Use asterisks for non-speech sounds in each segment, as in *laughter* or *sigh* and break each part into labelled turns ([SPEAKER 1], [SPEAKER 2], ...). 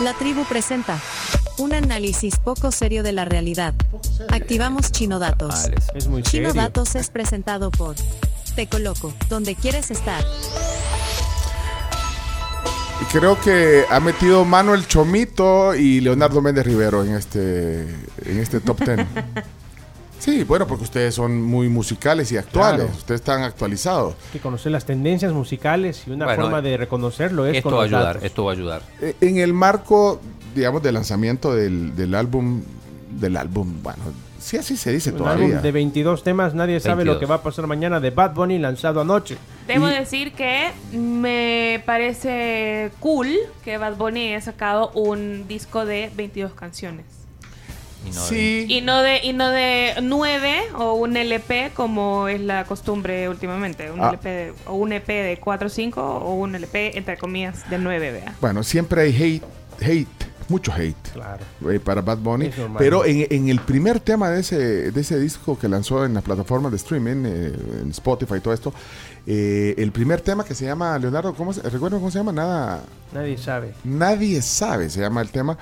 [SPEAKER 1] La tribu presenta un análisis poco serio de la realidad. Activamos Chino
[SPEAKER 2] Ah,
[SPEAKER 1] Datos.
[SPEAKER 3] Es muy
[SPEAKER 1] Chino
[SPEAKER 3] serio.
[SPEAKER 1] Datos es presentado por Te Coloco, donde quieres estar.
[SPEAKER 4] Y creo que ha metido mano el Chomito y Leonardo Méndez Rivero en este, en este
[SPEAKER 3] *laughs*
[SPEAKER 4] top ten. Sí, bueno, porque ustedes son muy musicales y actuales.
[SPEAKER 3] Claro.
[SPEAKER 4] Ustedes están actualizados.
[SPEAKER 3] que conocer las tendencias musicales y una
[SPEAKER 2] Bueno,
[SPEAKER 3] forma de reconocerlo es
[SPEAKER 2] Esto
[SPEAKER 3] con
[SPEAKER 2] va a
[SPEAKER 3] los
[SPEAKER 2] ayudar,
[SPEAKER 3] datos.
[SPEAKER 2] esto va a ayudar.
[SPEAKER 4] E- En el marco, digamos, del lanzamiento del, del álbum, del álbum, bueno, sí así se dice
[SPEAKER 3] Un
[SPEAKER 4] todavía.
[SPEAKER 3] álbum de 22 temas, nadie sabe lo
[SPEAKER 2] 22.
[SPEAKER 3] que va a pasar mañana de Bad Bunny lanzado anoche.
[SPEAKER 5] Debo
[SPEAKER 4] Y-
[SPEAKER 5] decir que me parece cool que Bad Bunny haya sacado un disco de 22 canciones.
[SPEAKER 2] Y no-
[SPEAKER 4] Sí,
[SPEAKER 5] Y no de y no de 9 o un LP como es la costumbre últimamente. Un
[SPEAKER 4] Ah.
[SPEAKER 5] LP de- o un EP de 4 o 5 o un LP entre comillas de 9, vea.
[SPEAKER 4] bueno, siempre hay hate, hate, mucho hate.
[SPEAKER 3] Claro.
[SPEAKER 4] eh, para Bad Bunny.
[SPEAKER 3] Es normal.
[SPEAKER 4] Pero en, en el primer tema de ese, de ese disco que lanzó en las plataformas de streaming, eh, en Spotify y todo esto, eh, el primer tema que se llama, Leonardo, ¿cómo se, recuerdo cómo se llama? Nada,
[SPEAKER 3] Nadie sabe.
[SPEAKER 4] nadie sabe, se llama el tema.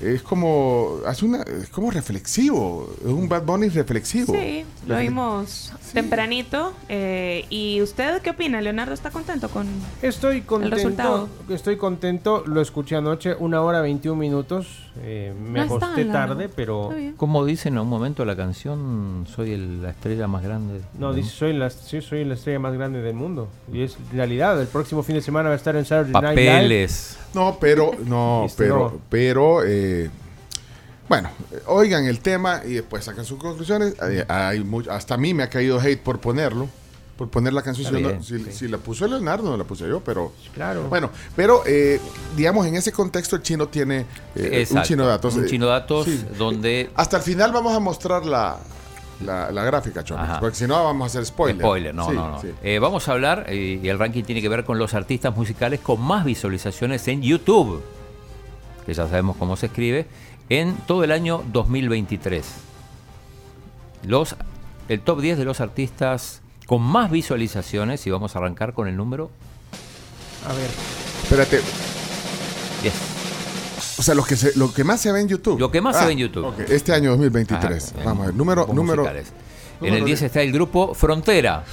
[SPEAKER 4] Es como, hace una, es como reflexivo, es un Bad Bunny reflexivo.
[SPEAKER 5] Sí, lo
[SPEAKER 4] Refle-
[SPEAKER 5] vimos tempranito. eh, ¿Y usted qué opina? ¿Leonardo está contento con...?
[SPEAKER 3] Estoy contento,
[SPEAKER 5] resultado.
[SPEAKER 3] estoy contento, lo escuché anoche, una hora 21 minutos, eh, me
[SPEAKER 5] No está
[SPEAKER 3] acosté
[SPEAKER 5] largo.
[SPEAKER 3] tarde, pero...
[SPEAKER 5] Está bien.
[SPEAKER 2] Como dicen en un momento la canción, soy el- la estrella más grande.
[SPEAKER 3] No, dice, soy la, sí, soy la estrella más grande del mundo. Y es realidad, el próximo fin de semana va a estar en Saturday Night Live.
[SPEAKER 2] Papeles.
[SPEAKER 4] No, pero,
[SPEAKER 2] *laughs*
[SPEAKER 4] no,
[SPEAKER 3] Este,
[SPEAKER 4] pero,
[SPEAKER 3] no.
[SPEAKER 4] pero, eh, bueno, eh, oigan el tema y después sacan sus conclusiones. Eh, hay mu- hasta a mí me ha caído hate por ponerlo, por poner la canción.
[SPEAKER 2] Está
[SPEAKER 4] Si, no-
[SPEAKER 2] bien,
[SPEAKER 4] si-
[SPEAKER 2] sí.
[SPEAKER 4] si la puso Leonardo, no la puse yo, pero...
[SPEAKER 3] Claro.
[SPEAKER 4] Bueno, pero, eh, digamos, en ese contexto el chino tiene eh, un
[SPEAKER 2] Exacto,
[SPEAKER 4] chino de datos.
[SPEAKER 2] Un
[SPEAKER 4] eh,
[SPEAKER 2] chino datos
[SPEAKER 4] sí. *laughs* Ah,
[SPEAKER 2] donde...
[SPEAKER 4] Hasta el final vamos a mostrar la, la, la gráfica, Chomix,
[SPEAKER 2] Ajá.
[SPEAKER 4] porque si no vamos a hacer spoiler.
[SPEAKER 2] Spoiler, no,
[SPEAKER 4] Sí,
[SPEAKER 2] no, no.
[SPEAKER 4] sí.
[SPEAKER 2] Eh, vamos a hablar, eh, y el ranking tiene que ver con los artistas musicales con más visualizaciones en YouTube, que ya sabemos cómo se escribe, en todo el año 2023. Los, el top 10 de los artistas con más visualizaciones, y vamos a arrancar con el número
[SPEAKER 3] A ver,
[SPEAKER 4] Espérate,
[SPEAKER 2] 10.
[SPEAKER 4] o sea, lo que, se- lo que más se ve en YouTube.
[SPEAKER 2] Lo que más se ve en YouTube. Ah,
[SPEAKER 4] ok, Este año 2023.
[SPEAKER 2] Ajá,
[SPEAKER 4] vamos a ver,
[SPEAKER 2] en
[SPEAKER 4] número,
[SPEAKER 2] grupos
[SPEAKER 4] número,
[SPEAKER 2] musicales. En
[SPEAKER 4] número
[SPEAKER 2] el 10
[SPEAKER 4] diez.
[SPEAKER 2] está el grupo Frontera.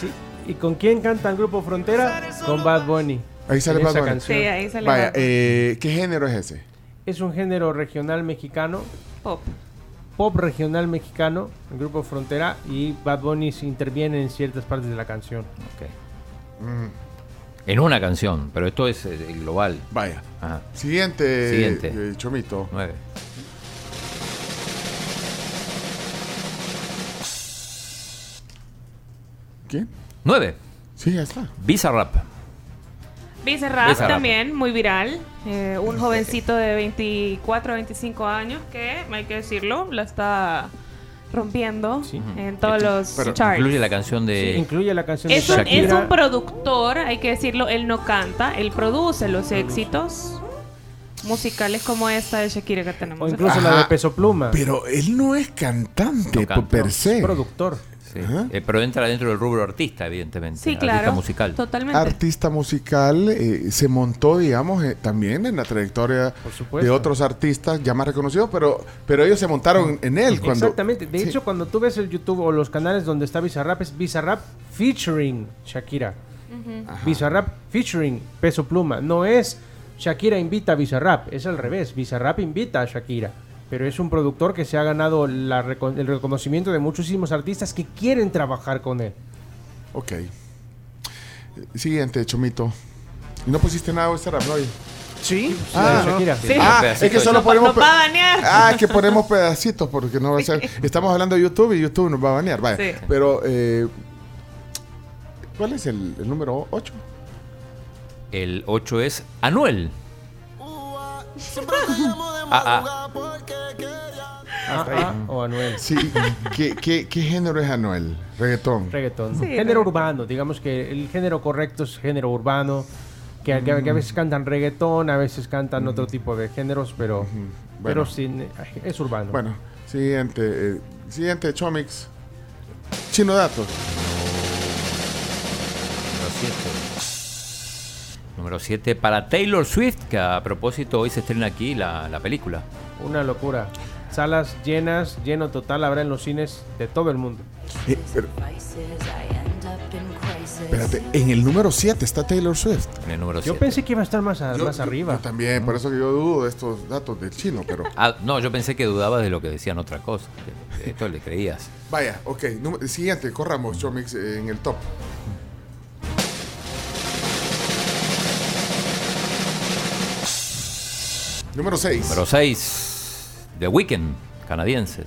[SPEAKER 3] sí. ¿Y con quién canta el grupo Frontera? Con Bad Bunny.
[SPEAKER 4] Ahí sale
[SPEAKER 3] En
[SPEAKER 4] Bad
[SPEAKER 3] esa
[SPEAKER 4] Bunny.
[SPEAKER 3] canción.
[SPEAKER 5] Sí, ahí sale
[SPEAKER 4] Vaya,
[SPEAKER 5] Bad Bunny.
[SPEAKER 4] eh, ¿qué género es ese?
[SPEAKER 3] Es un género regional mexicano,
[SPEAKER 5] pop.
[SPEAKER 3] pop regional mexicano, el grupo Frontera y Bad Bunny se interviene en ciertas partes de la canción.
[SPEAKER 2] Ok.
[SPEAKER 4] Mm.
[SPEAKER 2] En una canción, pero esto es eh, global. Ah,
[SPEAKER 4] Vaya.
[SPEAKER 2] Ajá.
[SPEAKER 4] Siguiente,
[SPEAKER 2] Siguiente.
[SPEAKER 4] eh, Chomito.
[SPEAKER 2] 9.
[SPEAKER 4] ¿Quién?
[SPEAKER 2] 9.
[SPEAKER 4] Sí, ya está.
[SPEAKER 2] Bizarrap.
[SPEAKER 5] Bizarrap
[SPEAKER 2] Bizarrap.
[SPEAKER 5] también, muy viral. eh, un jovencito de 24, 25 años que, hay que decirlo, la está rompiendo
[SPEAKER 3] Sí.
[SPEAKER 5] en todos los
[SPEAKER 4] Pero
[SPEAKER 5] charts.
[SPEAKER 2] Incluye la canción de.
[SPEAKER 3] Sí, incluye la canción
[SPEAKER 5] Es un,
[SPEAKER 3] de
[SPEAKER 5] es
[SPEAKER 3] Shakira.
[SPEAKER 5] un productor, hay que decirlo, él no canta, él produce los éxitos musicales como esta de Shakira que
[SPEAKER 3] o
[SPEAKER 5] tenemos. acá.
[SPEAKER 3] incluso la de
[SPEAKER 4] Ajá.
[SPEAKER 3] Peso Pluma.
[SPEAKER 4] Pero eh. él no es cantante
[SPEAKER 2] Ah. No canta.
[SPEAKER 4] per
[SPEAKER 3] Es
[SPEAKER 4] se.
[SPEAKER 3] productor.
[SPEAKER 2] Sí.
[SPEAKER 4] Ajá.
[SPEAKER 2] Eh, pero entra dentro del rubro artista, evidentemente.
[SPEAKER 5] Sí,
[SPEAKER 2] artista
[SPEAKER 5] claro.
[SPEAKER 2] musical.
[SPEAKER 5] Totalmente.
[SPEAKER 4] Artista musical eh, se montó, digamos, eh, también en la trayectoria
[SPEAKER 3] Por supuesto.
[SPEAKER 4] de otros artistas ya más reconocidos, pero, pero ellos se montaron en él cuando.
[SPEAKER 3] Exactamente. De
[SPEAKER 4] Sí.
[SPEAKER 3] hecho, cuando tú ves el YouTube o los canales donde está Bizarrap, es Bizarrap featuring Shakira. Bizarrap featuring Peso Pluma. No es Shakira invita a Bizarrap, es al revés. Bizarrap invita a Shakira. Pero es un productor que se ha ganado la reco- el reconocimiento de muchísimos artistas que quieren trabajar con él.
[SPEAKER 4] Ok. Eh, Siguiente, Chomito. ¿Y no pusiste nada de Instagram, no?
[SPEAKER 3] Sí,
[SPEAKER 4] Ah, no.
[SPEAKER 3] Shakira.
[SPEAKER 5] Sí.
[SPEAKER 4] Ah,
[SPEAKER 2] pedacito
[SPEAKER 4] es que
[SPEAKER 2] de
[SPEAKER 4] solo
[SPEAKER 5] no,
[SPEAKER 4] ponemos.
[SPEAKER 5] no va
[SPEAKER 4] pe-
[SPEAKER 5] a banear.
[SPEAKER 4] Ah, es que ponemos pedacitos porque no va a ser. Estamos hablando de YouTube y YouTube nos va a banear. Vaya.
[SPEAKER 5] Sí.
[SPEAKER 4] Pero, eh, ¿cuál es el, el número 8?
[SPEAKER 2] El 8 es Anuel. Ah, ah,
[SPEAKER 3] Ah, ah, o Anuel.
[SPEAKER 4] Sí. ¿Qué, qué, qué género es Anuel? Reggaetón.
[SPEAKER 3] Reggaetón.
[SPEAKER 5] Sí,
[SPEAKER 3] género
[SPEAKER 5] reggaetón.
[SPEAKER 3] urbano, digamos que el género correcto es género urbano. Que, que- que a veces cantan reggaetón, a veces cantan otro tipo de géneros, pero, pero
[SPEAKER 4] Bueno.
[SPEAKER 3] sin, ay, es urbano.
[SPEAKER 4] Bueno, siguiente. eh, siguiente, Chomix. Chino Datos.
[SPEAKER 2] número siete. Número 7 para Taylor Swift, que a propósito hoy se estrena aquí la, la película.
[SPEAKER 3] Una locura. Salas llenas, lleno total, habrá en los cines de todo el mundo.
[SPEAKER 4] Eh, pero- espérate, en el número 7 está Taylor Swift.
[SPEAKER 2] En el número
[SPEAKER 3] Yo
[SPEAKER 2] siete.
[SPEAKER 3] pensé que iba a estar más, a-
[SPEAKER 4] Yo-
[SPEAKER 3] más
[SPEAKER 4] yo-
[SPEAKER 3] arriba.
[SPEAKER 4] yo también, por eso que yo dudo de estos datos del chino,
[SPEAKER 3] *laughs*
[SPEAKER 4] pero.
[SPEAKER 2] Ah, no, yo pensé que dudabas de lo que decían otra cosa. que Esto le creías.
[SPEAKER 4] Vaya, ok. número- siguiente, corramos, Chomix, eh, en el top. Número 6.
[SPEAKER 2] Número 6, The Weeknd, canadienses.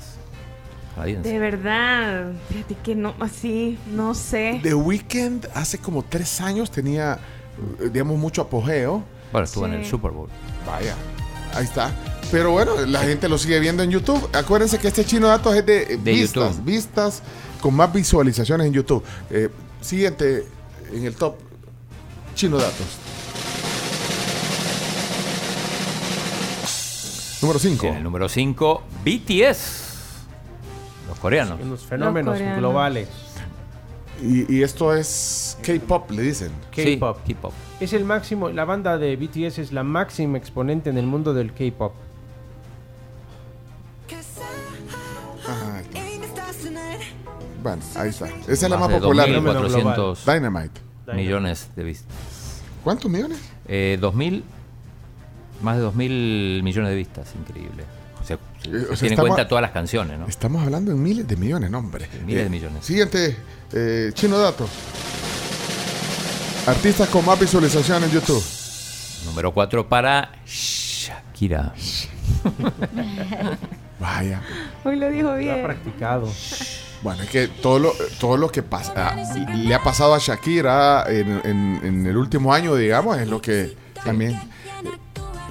[SPEAKER 2] Canadienses.
[SPEAKER 5] De verdad, fíjate que no, así, no sé.
[SPEAKER 4] The Weeknd hace como tres años tenía, eh, digamos, mucho apogeo.
[SPEAKER 2] Bueno, estuvo en el
[SPEAKER 5] Sí.
[SPEAKER 2] Super Bowl.
[SPEAKER 4] Vaya, ahí está. Pero bueno, la gente lo sigue viendo en YouTube. Acuérdense que este chino de datos es de, eh,
[SPEAKER 2] De
[SPEAKER 4] vistas,
[SPEAKER 2] YouTube.
[SPEAKER 4] vistas con más visualizaciones en YouTube. Eh, siguiente en el top, chino datos. Número 5.
[SPEAKER 2] En el número 5, BTS. Los coreanos.
[SPEAKER 3] Unos fenómenos
[SPEAKER 5] coreanos.
[SPEAKER 3] globales.
[SPEAKER 4] Y, y esto es K-pop, le dicen.
[SPEAKER 2] Sí,
[SPEAKER 3] K-pop.
[SPEAKER 2] K-pop.
[SPEAKER 3] Es el máximo, la banda de BTS es la máxima exponente en el mundo del K-pop.
[SPEAKER 4] Ajá, ahí está. Bueno, ahí está. Esa es la
[SPEAKER 2] Más
[SPEAKER 4] más
[SPEAKER 2] de
[SPEAKER 4] popular.
[SPEAKER 3] Fenómeno
[SPEAKER 2] 2.400
[SPEAKER 4] Dynamite.
[SPEAKER 2] millones de vistas.
[SPEAKER 4] ¿Cuántos millones?
[SPEAKER 2] Eh, 2.000, más de 2.000 millones de vistas, increíble. O sea, se- se
[SPEAKER 4] Eh, o sea,
[SPEAKER 2] tiene en
[SPEAKER 4] estamos-
[SPEAKER 2] cuenta todas las canciones, ¿no?
[SPEAKER 4] Estamos hablando en miles de millones, no, hombre.
[SPEAKER 2] Miles de
[SPEAKER 4] Eh,
[SPEAKER 2] millones.
[SPEAKER 4] Siguiente, eh, Chino Datos. Artistas con más visualización en YouTube.
[SPEAKER 2] Número 4 para Shakira.
[SPEAKER 4] Vaya.
[SPEAKER 5] Hoy lo dijo
[SPEAKER 3] Lo ha
[SPEAKER 5] bien.
[SPEAKER 3] practicado.
[SPEAKER 4] Bueno, es que todo lo, todo lo que pasa, ah, le ha pasado a Shakira en, en- en el último año, digamos, es lo que también eh,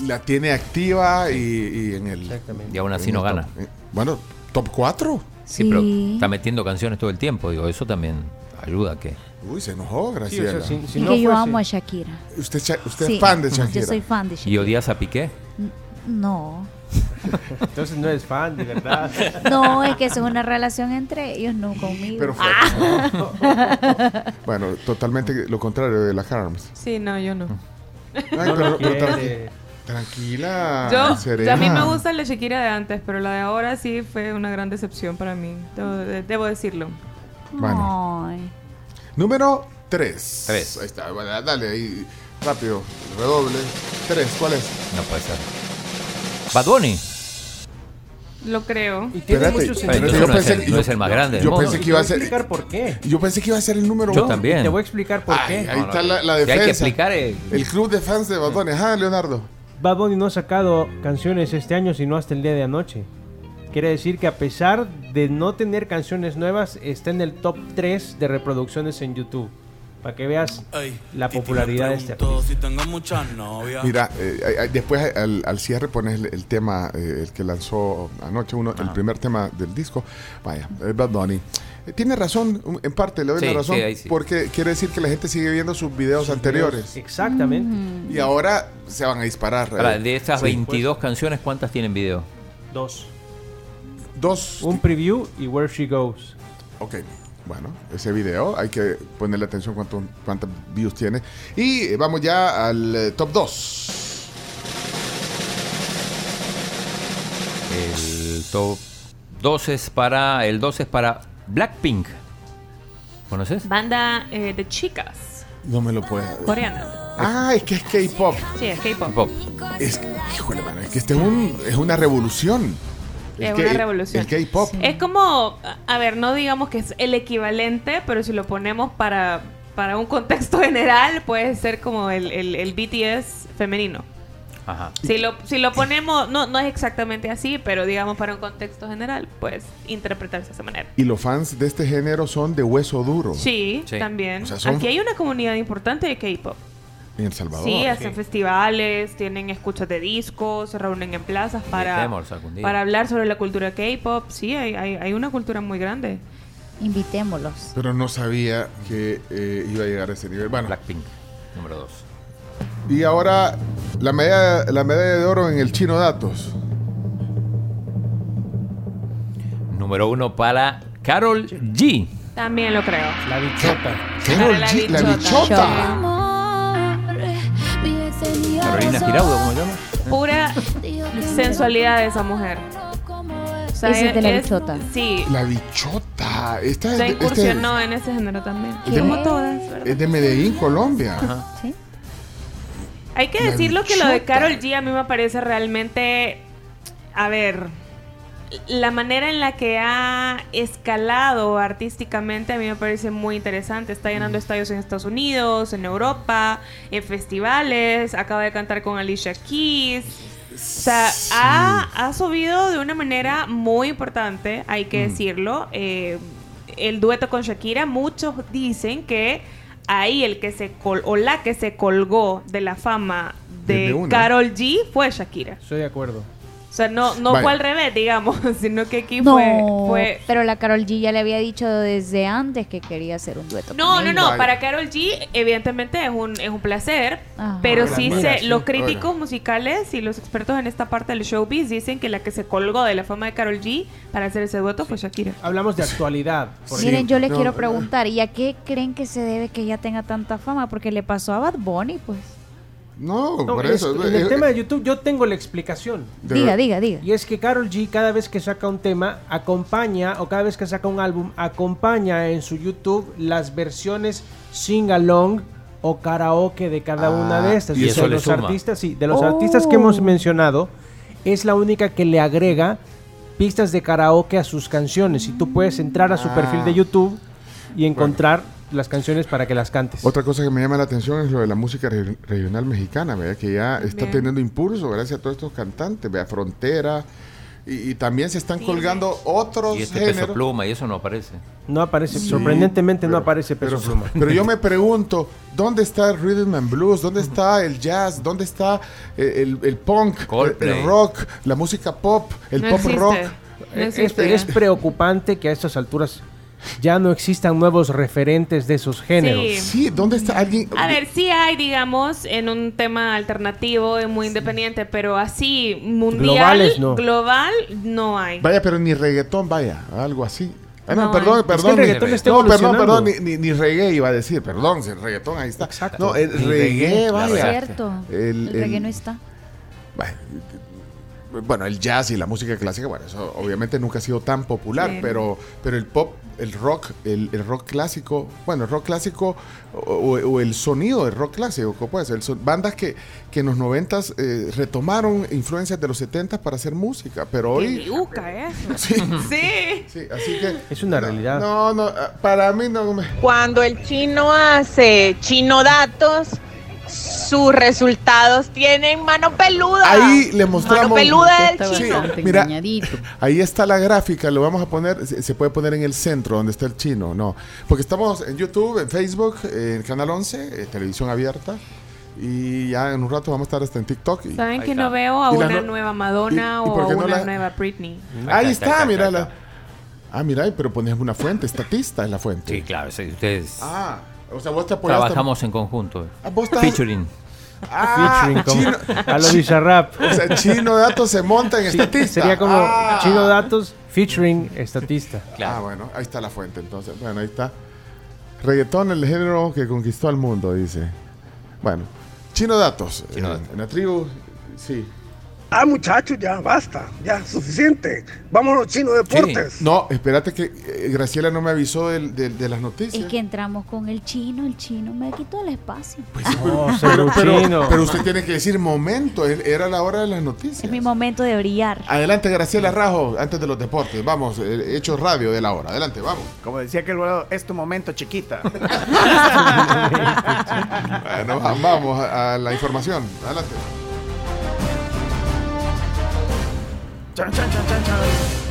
[SPEAKER 4] la tiene activa y, y en el...
[SPEAKER 2] Y aún así
[SPEAKER 4] en
[SPEAKER 2] no
[SPEAKER 4] el
[SPEAKER 2] gana.
[SPEAKER 4] top- eh, bueno, top 4.
[SPEAKER 2] Sí, pero está metiendo canciones todo el tiempo. Digo, eso también ayuda a que.
[SPEAKER 4] Uy, se enojó,
[SPEAKER 3] Sí, o sea,
[SPEAKER 4] Graciela.
[SPEAKER 3] si, si
[SPEAKER 6] Y
[SPEAKER 3] no
[SPEAKER 6] que yo
[SPEAKER 3] fuese-
[SPEAKER 6] amo a Shakira.
[SPEAKER 4] Usted, es cha- usted
[SPEAKER 6] Sí,
[SPEAKER 4] es fan de Shakira.
[SPEAKER 6] Yo soy fan de Shakira.
[SPEAKER 2] ¿Y odias a Piqué?
[SPEAKER 6] No.
[SPEAKER 3] Entonces no es fan, de verdad.
[SPEAKER 6] No, es que eso es una relación entre ellos, no conmigo.
[SPEAKER 4] Pero fue-
[SPEAKER 5] Ah.
[SPEAKER 2] *laughs*
[SPEAKER 4] bueno, totalmente lo contrario de la Harms.
[SPEAKER 5] Sí, no, yo no.
[SPEAKER 4] Ay,
[SPEAKER 3] No lo
[SPEAKER 4] pero- pero tra-
[SPEAKER 3] quiere.
[SPEAKER 4] tranquila.
[SPEAKER 5] Yo,
[SPEAKER 4] serena.
[SPEAKER 5] a mí me gusta la Shakira de antes, pero la de ahora sí fue una gran decepción para mí. Debo, de- debo decirlo.
[SPEAKER 4] Bueno.
[SPEAKER 6] Ay.
[SPEAKER 4] Número 3.
[SPEAKER 2] Tres.
[SPEAKER 4] Ahí está. Bueno, dale ahí. Rápido. Redoble. 3. ¿Cuál es?
[SPEAKER 2] No puede ser. Bad Bunny.
[SPEAKER 5] Lo creo.
[SPEAKER 3] Y tiene
[SPEAKER 4] Espérate,
[SPEAKER 3] muchos
[SPEAKER 4] espérate,
[SPEAKER 2] Pero
[SPEAKER 3] sentidos.
[SPEAKER 2] entonces
[SPEAKER 4] yo
[SPEAKER 2] no, es
[SPEAKER 4] pensé-
[SPEAKER 2] el, no
[SPEAKER 4] yo-
[SPEAKER 2] es el más grande.
[SPEAKER 4] yo
[SPEAKER 2] ¿no?
[SPEAKER 4] pensé
[SPEAKER 3] Y
[SPEAKER 4] que
[SPEAKER 3] te
[SPEAKER 4] iba
[SPEAKER 3] voy
[SPEAKER 4] a ser-
[SPEAKER 3] explicar por qué.
[SPEAKER 4] Yo pensé que iba a ser el número
[SPEAKER 2] Yo
[SPEAKER 4] 1.
[SPEAKER 2] también.
[SPEAKER 3] Y te voy a explicar por qué.
[SPEAKER 4] ahí está la, la
[SPEAKER 2] Si
[SPEAKER 4] defensa.
[SPEAKER 2] hay que explicar. eh,
[SPEAKER 4] El club de fans de Bad Bunny. Ajá, Leonardo.
[SPEAKER 3] Bad Bunny no ha sacado canciones este año, sino hasta el día de anoche. Quiere decir que a pesar de no tener canciones nuevas, está en el top 3 de reproducciones en YouTube. Para que veas
[SPEAKER 7] Ey,
[SPEAKER 3] la
[SPEAKER 7] Titi me
[SPEAKER 3] popularidad de este
[SPEAKER 7] preguntó
[SPEAKER 3] artista.
[SPEAKER 7] Si tengo muchas novias.
[SPEAKER 4] Mira, eh, ay- ay, después al, al cierre pones el, el tema, eh, el que lanzó anoche, uno, el primer tema del disco. Vaya, eh, Bad Bunny. Eh, Tiene razón, un- en parte le doy
[SPEAKER 2] Sí,
[SPEAKER 4] la razón,
[SPEAKER 2] sí, ahí sí.
[SPEAKER 4] porque quiere decir que la gente sigue viendo sus videos anteriores
[SPEAKER 3] Exactamente.
[SPEAKER 4] y ahora se van a disparar. eh.
[SPEAKER 2] Ahora, de estas
[SPEAKER 4] Sí.
[SPEAKER 2] 22 canciones, ¿cuántas tienen video?
[SPEAKER 3] Dos.
[SPEAKER 4] Dos.
[SPEAKER 2] Uh.
[SPEAKER 3] Un preview y Where She Goes.
[SPEAKER 4] Ok, bueno, ese video hay que ponerle atención cuánto, cuántas views tiene. Y eh, vamos ya al eh, top 2.
[SPEAKER 2] El top 2 es para. El 2 es para Blackpink. ¿Conoces?
[SPEAKER 5] Banda eh, de chicas
[SPEAKER 4] No me lo puedo.
[SPEAKER 5] coreana.
[SPEAKER 4] Ah, es que es K-pop.
[SPEAKER 5] Sí, es K-pop.
[SPEAKER 2] Pop.
[SPEAKER 4] Es, híjole, mano, es que este es, un- es una revolución.
[SPEAKER 5] Es
[SPEAKER 4] El
[SPEAKER 5] una
[SPEAKER 4] K-
[SPEAKER 5] revolución.
[SPEAKER 4] El K-pop.
[SPEAKER 5] Es como, a- a ver, no digamos que es el equivalente, pero si lo ponemos para, para un contexto *laughs* general, puede ser como el, el, el BTS femenino.
[SPEAKER 2] Ajá.
[SPEAKER 5] Si lo, si lo ponemos, no, no es exactamente así, pero digamos para un contexto general, pues interpretarse de esa manera.
[SPEAKER 4] Y los fans de este género son de hueso duro
[SPEAKER 5] Sí,
[SPEAKER 2] Sí.
[SPEAKER 5] también.
[SPEAKER 4] O sea, son-
[SPEAKER 5] Aquí hay una comunidad importante de K-pop.
[SPEAKER 4] en El Salvador.
[SPEAKER 5] Sí, hacen festivales, tienen escuchas de discos, se reúnen en plazas para,
[SPEAKER 2] Invitémoslos algún día.
[SPEAKER 5] para hablar sobre la cultura K-pop. Sí, hay, hay, hay una cultura muy grande.
[SPEAKER 6] Invitémoslos.
[SPEAKER 4] Pero no sabía que eh, iba a llegar a ese nivel. Bueno,
[SPEAKER 2] Blackpink, número 2.
[SPEAKER 4] y ahora la medalla, la medalla de oro en el chino datos.
[SPEAKER 2] Número 1 para Carol G.
[SPEAKER 5] También lo creo.
[SPEAKER 3] La bichota.
[SPEAKER 4] Carol
[SPEAKER 5] Ah, la
[SPEAKER 4] G, la
[SPEAKER 5] bichota.
[SPEAKER 4] bichota.
[SPEAKER 2] Carolina Giraudo, ¿cómo se llama?
[SPEAKER 5] Pura sensualidad de esa mujer. O sea,
[SPEAKER 6] Esa es de la
[SPEAKER 5] es-
[SPEAKER 6] bichota.
[SPEAKER 5] Sí,
[SPEAKER 4] La bichota. Esta es
[SPEAKER 5] se
[SPEAKER 4] de, este- eh,
[SPEAKER 5] incursionó en ese género también.
[SPEAKER 4] ¿Qué?
[SPEAKER 5] Como todas, ¿verdad?
[SPEAKER 4] es de Medellín, Colombia.
[SPEAKER 6] ¿Sí?
[SPEAKER 5] Hay que
[SPEAKER 4] La
[SPEAKER 5] decirlo que lo de
[SPEAKER 4] bichota.
[SPEAKER 5] Carol G a mí me parece realmente. A ver. La manera en la que ha escalado artísticamente a mí me parece muy interesante. Está llenando estadios en Estados Unidos, en Europa, en festivales. Acaba de cantar con Alicia Keys. O sea, ha, ha subido de una manera muy importante, hay que decirlo. Eh, el dueto con Shakira, muchos dicen que ahí el que se col o la que se colgó de la fama
[SPEAKER 4] Desde
[SPEAKER 5] de
[SPEAKER 4] una.
[SPEAKER 5] Carol G fue Shakira.
[SPEAKER 3] Estoy de acuerdo.
[SPEAKER 5] O sea, no, no
[SPEAKER 4] Vaya.
[SPEAKER 5] fue al revés, digamos, *laughs* sino que aquí
[SPEAKER 6] No,
[SPEAKER 5] fue... fue
[SPEAKER 6] pero la Carol G ya le había dicho desde antes que quería hacer un dueto.
[SPEAKER 5] no,
[SPEAKER 6] con
[SPEAKER 5] no,
[SPEAKER 6] él.
[SPEAKER 5] no,
[SPEAKER 4] Vaya.
[SPEAKER 5] para Carol G evidentemente es un, es un placer,
[SPEAKER 6] Ajá.
[SPEAKER 5] pero
[SPEAKER 4] Ahora,
[SPEAKER 5] sí
[SPEAKER 4] mira,
[SPEAKER 5] se,
[SPEAKER 4] sí,
[SPEAKER 5] los
[SPEAKER 4] ahora.
[SPEAKER 5] críticos musicales y los expertos en esta parte del showbiz dicen que la que se colgó de la fama de Carol G para hacer ese dueto fue Shakira.
[SPEAKER 3] Hablamos de actualidad. por
[SPEAKER 4] Sí.
[SPEAKER 6] Miren, yo les
[SPEAKER 4] no,
[SPEAKER 6] quiero
[SPEAKER 4] no.
[SPEAKER 6] preguntar, ¿y a qué creen que se debe que ella tenga tanta fama? Porque le pasó a Bad Bunny, pues.
[SPEAKER 4] No,
[SPEAKER 3] No,
[SPEAKER 4] por
[SPEAKER 3] es-
[SPEAKER 4] eso.
[SPEAKER 3] en
[SPEAKER 4] eh,
[SPEAKER 3] el tema
[SPEAKER 4] eh,
[SPEAKER 3] de YouTube yo tengo la explicación.
[SPEAKER 4] de-
[SPEAKER 6] diga, diga, diga.
[SPEAKER 3] Y es que Carol G cada vez que saca un tema, acompaña, o cada vez que saca un álbum, acompaña en su YouTube las versiones sing-along o karaoke de cada
[SPEAKER 4] Ah,
[SPEAKER 3] una de estas.
[SPEAKER 2] y
[SPEAKER 3] O sea,
[SPEAKER 2] eso
[SPEAKER 3] de
[SPEAKER 2] le
[SPEAKER 3] los
[SPEAKER 2] suma.
[SPEAKER 3] artistas, sí, de los
[SPEAKER 6] Oh.
[SPEAKER 3] artistas que hemos mencionado, es la única que le agrega pistas de karaoke a sus canciones. Y tú puedes entrar a su
[SPEAKER 4] Ah.
[SPEAKER 3] perfil de YouTube y encontrar las canciones para que las cantes.
[SPEAKER 4] Otra cosa que me llama la atención es lo de la música re- regional mexicana, ¿verdad? que ya está
[SPEAKER 5] Bien.
[SPEAKER 4] teniendo impulso gracias a todos estos cantantes, ¿verdad? Frontera, y, y también se están
[SPEAKER 5] Sí,
[SPEAKER 4] colgando otros
[SPEAKER 2] Y este peso
[SPEAKER 4] géneros.
[SPEAKER 2] pluma, y eso no aparece.
[SPEAKER 3] No aparece,
[SPEAKER 4] Sí,
[SPEAKER 3] sorprendentemente no
[SPEAKER 4] pero-
[SPEAKER 3] aparece peso
[SPEAKER 4] pero,
[SPEAKER 3] pluma.
[SPEAKER 4] Pero yo me pregunto, ¿dónde está el rhythm and blues? ¿Dónde está el jazz? ¿Dónde está eh, el, el punk? el-
[SPEAKER 2] Coldplay.
[SPEAKER 4] El rock, la música pop, el
[SPEAKER 5] No
[SPEAKER 4] pop
[SPEAKER 5] existe.
[SPEAKER 4] rock. eh, este,
[SPEAKER 5] No
[SPEAKER 3] Es,
[SPEAKER 5] existe.
[SPEAKER 3] Eh, este, es preocupante que a estas alturas ya no existan nuevos referentes de esos géneros.
[SPEAKER 5] Sí.
[SPEAKER 4] Sí, ¿dónde está alguien?
[SPEAKER 5] A ver, sí hay, digamos, en un tema alternativo y muy independiente, pero así mundial,
[SPEAKER 3] Globales, no.
[SPEAKER 5] global, no hay.
[SPEAKER 4] Vaya, pero ni reggaetón, vaya, algo así. Ah, no,
[SPEAKER 5] No,
[SPEAKER 4] perdón,
[SPEAKER 5] es que
[SPEAKER 4] perdón.
[SPEAKER 3] el
[SPEAKER 4] ni-
[SPEAKER 3] reggaetón está
[SPEAKER 4] no, perdón,
[SPEAKER 3] evolucionando.
[SPEAKER 4] perdón, ni, ni, ni reggae iba a decir, perdón, si el reggaetón ahí está.
[SPEAKER 3] Exacto.
[SPEAKER 4] No, el
[SPEAKER 2] Ni
[SPEAKER 4] reggae,
[SPEAKER 2] reggae, la
[SPEAKER 6] Es
[SPEAKER 4] vaya.
[SPEAKER 2] verdad.
[SPEAKER 6] cierto.
[SPEAKER 4] El-
[SPEAKER 6] El,
[SPEAKER 4] el-
[SPEAKER 6] reggae no está.
[SPEAKER 4] Bueno, Bueno, el jazz y la música clásica, bueno, eso obviamente nunca ha sido tan popular,
[SPEAKER 5] Claro.
[SPEAKER 4] pero, pero el pop, el rock, el, el rock clásico, bueno, el rock clásico o, o- o el sonido del rock clásico, ¿cómo puede ser? Son bandas que, que en los noventas eh, retomaron influencias de los setentas para hacer música, pero
[SPEAKER 5] Qué
[SPEAKER 4] hoy...
[SPEAKER 5] yuca eso.
[SPEAKER 4] *laughs* Sí,
[SPEAKER 5] Sí.
[SPEAKER 4] sí, así que...
[SPEAKER 3] Es una
[SPEAKER 4] no,
[SPEAKER 3] realidad.
[SPEAKER 4] No, no, ah, para mí no me...
[SPEAKER 7] Cuando el chino hace chino datos, sus resultados tienen mano peluda.
[SPEAKER 4] Ahí le mostramos...
[SPEAKER 7] Ah, Mano peluda del
[SPEAKER 8] Está
[SPEAKER 4] Sí,
[SPEAKER 7] chino.
[SPEAKER 8] bastante
[SPEAKER 4] mira,
[SPEAKER 8] engañadito.
[SPEAKER 4] Ahí está la gráfica, lo vamos a poner, se se puede poner en el centro donde está el chino, no. Porque estamos en YouTube, en Facebook, en Canal 11, eh, Televisión Abierta, y ya en un rato vamos a estar hasta en TikTok. y-
[SPEAKER 2] Ahí
[SPEAKER 5] Saben que
[SPEAKER 2] está.
[SPEAKER 5] no veo a
[SPEAKER 4] Y la
[SPEAKER 5] una
[SPEAKER 4] no-
[SPEAKER 5] nueva Madonna
[SPEAKER 4] y- y
[SPEAKER 5] o
[SPEAKER 4] por
[SPEAKER 5] a
[SPEAKER 4] qué no
[SPEAKER 5] una
[SPEAKER 4] la-
[SPEAKER 5] nueva Britney.
[SPEAKER 4] Ahí está, mira
[SPEAKER 2] la
[SPEAKER 4] la... Ah, mira, pero pones una fuente, estatista es la fuente.
[SPEAKER 2] Sí, claro, sí, ustedes
[SPEAKER 4] Ah, o sea, vos te apoyaste...
[SPEAKER 2] trabajamos en conjunto. eh.
[SPEAKER 4] Ah, vos estás-
[SPEAKER 2] Featuring.
[SPEAKER 4] Ah,
[SPEAKER 3] Featuring como-
[SPEAKER 4] chino,
[SPEAKER 3] a lo Bizarrap.
[SPEAKER 4] o sea, chino datos se monta en
[SPEAKER 3] Sí,
[SPEAKER 4] estatista.
[SPEAKER 3] sería como
[SPEAKER 4] Ah.
[SPEAKER 3] Chino Datos featuring estatista.
[SPEAKER 2] Claro.
[SPEAKER 4] Ah, bueno, ahí está la fuente entonces. Bueno, ahí está. Reggaetón, el género que conquistó al mundo, dice. Bueno, Chino Datos.
[SPEAKER 2] Chino
[SPEAKER 4] eh,
[SPEAKER 2] Datos.
[SPEAKER 4] En la tribu, sí.
[SPEAKER 9] Ah, muchachos, ya basta, ya suficiente. Vámonos, chino deportes.
[SPEAKER 4] No, espérate que eh, Graciela no me avisó del- del- de las noticias.
[SPEAKER 6] Es que entramos con el chino, el chino me quitó el espacio.
[SPEAKER 4] Pues sí,
[SPEAKER 3] Oh,
[SPEAKER 4] pero,
[SPEAKER 3] pero,
[SPEAKER 4] pero-
[SPEAKER 3] chino.
[SPEAKER 4] pero usted tiene que decir momento, él- era la hora de las noticias.
[SPEAKER 6] Es mi momento de brillar.
[SPEAKER 4] Adelante, Graciela Rajo, antes de los deportes. Vamos, eh, hechos radio de la hora. Adelante, vamos.
[SPEAKER 10] Como decía aquel volado, es tu momento, chiquita.
[SPEAKER 4] *laughs* Bueno, va- vamos a, a la información. Adelante.
[SPEAKER 10] Chan, chan, chan, chan, chan.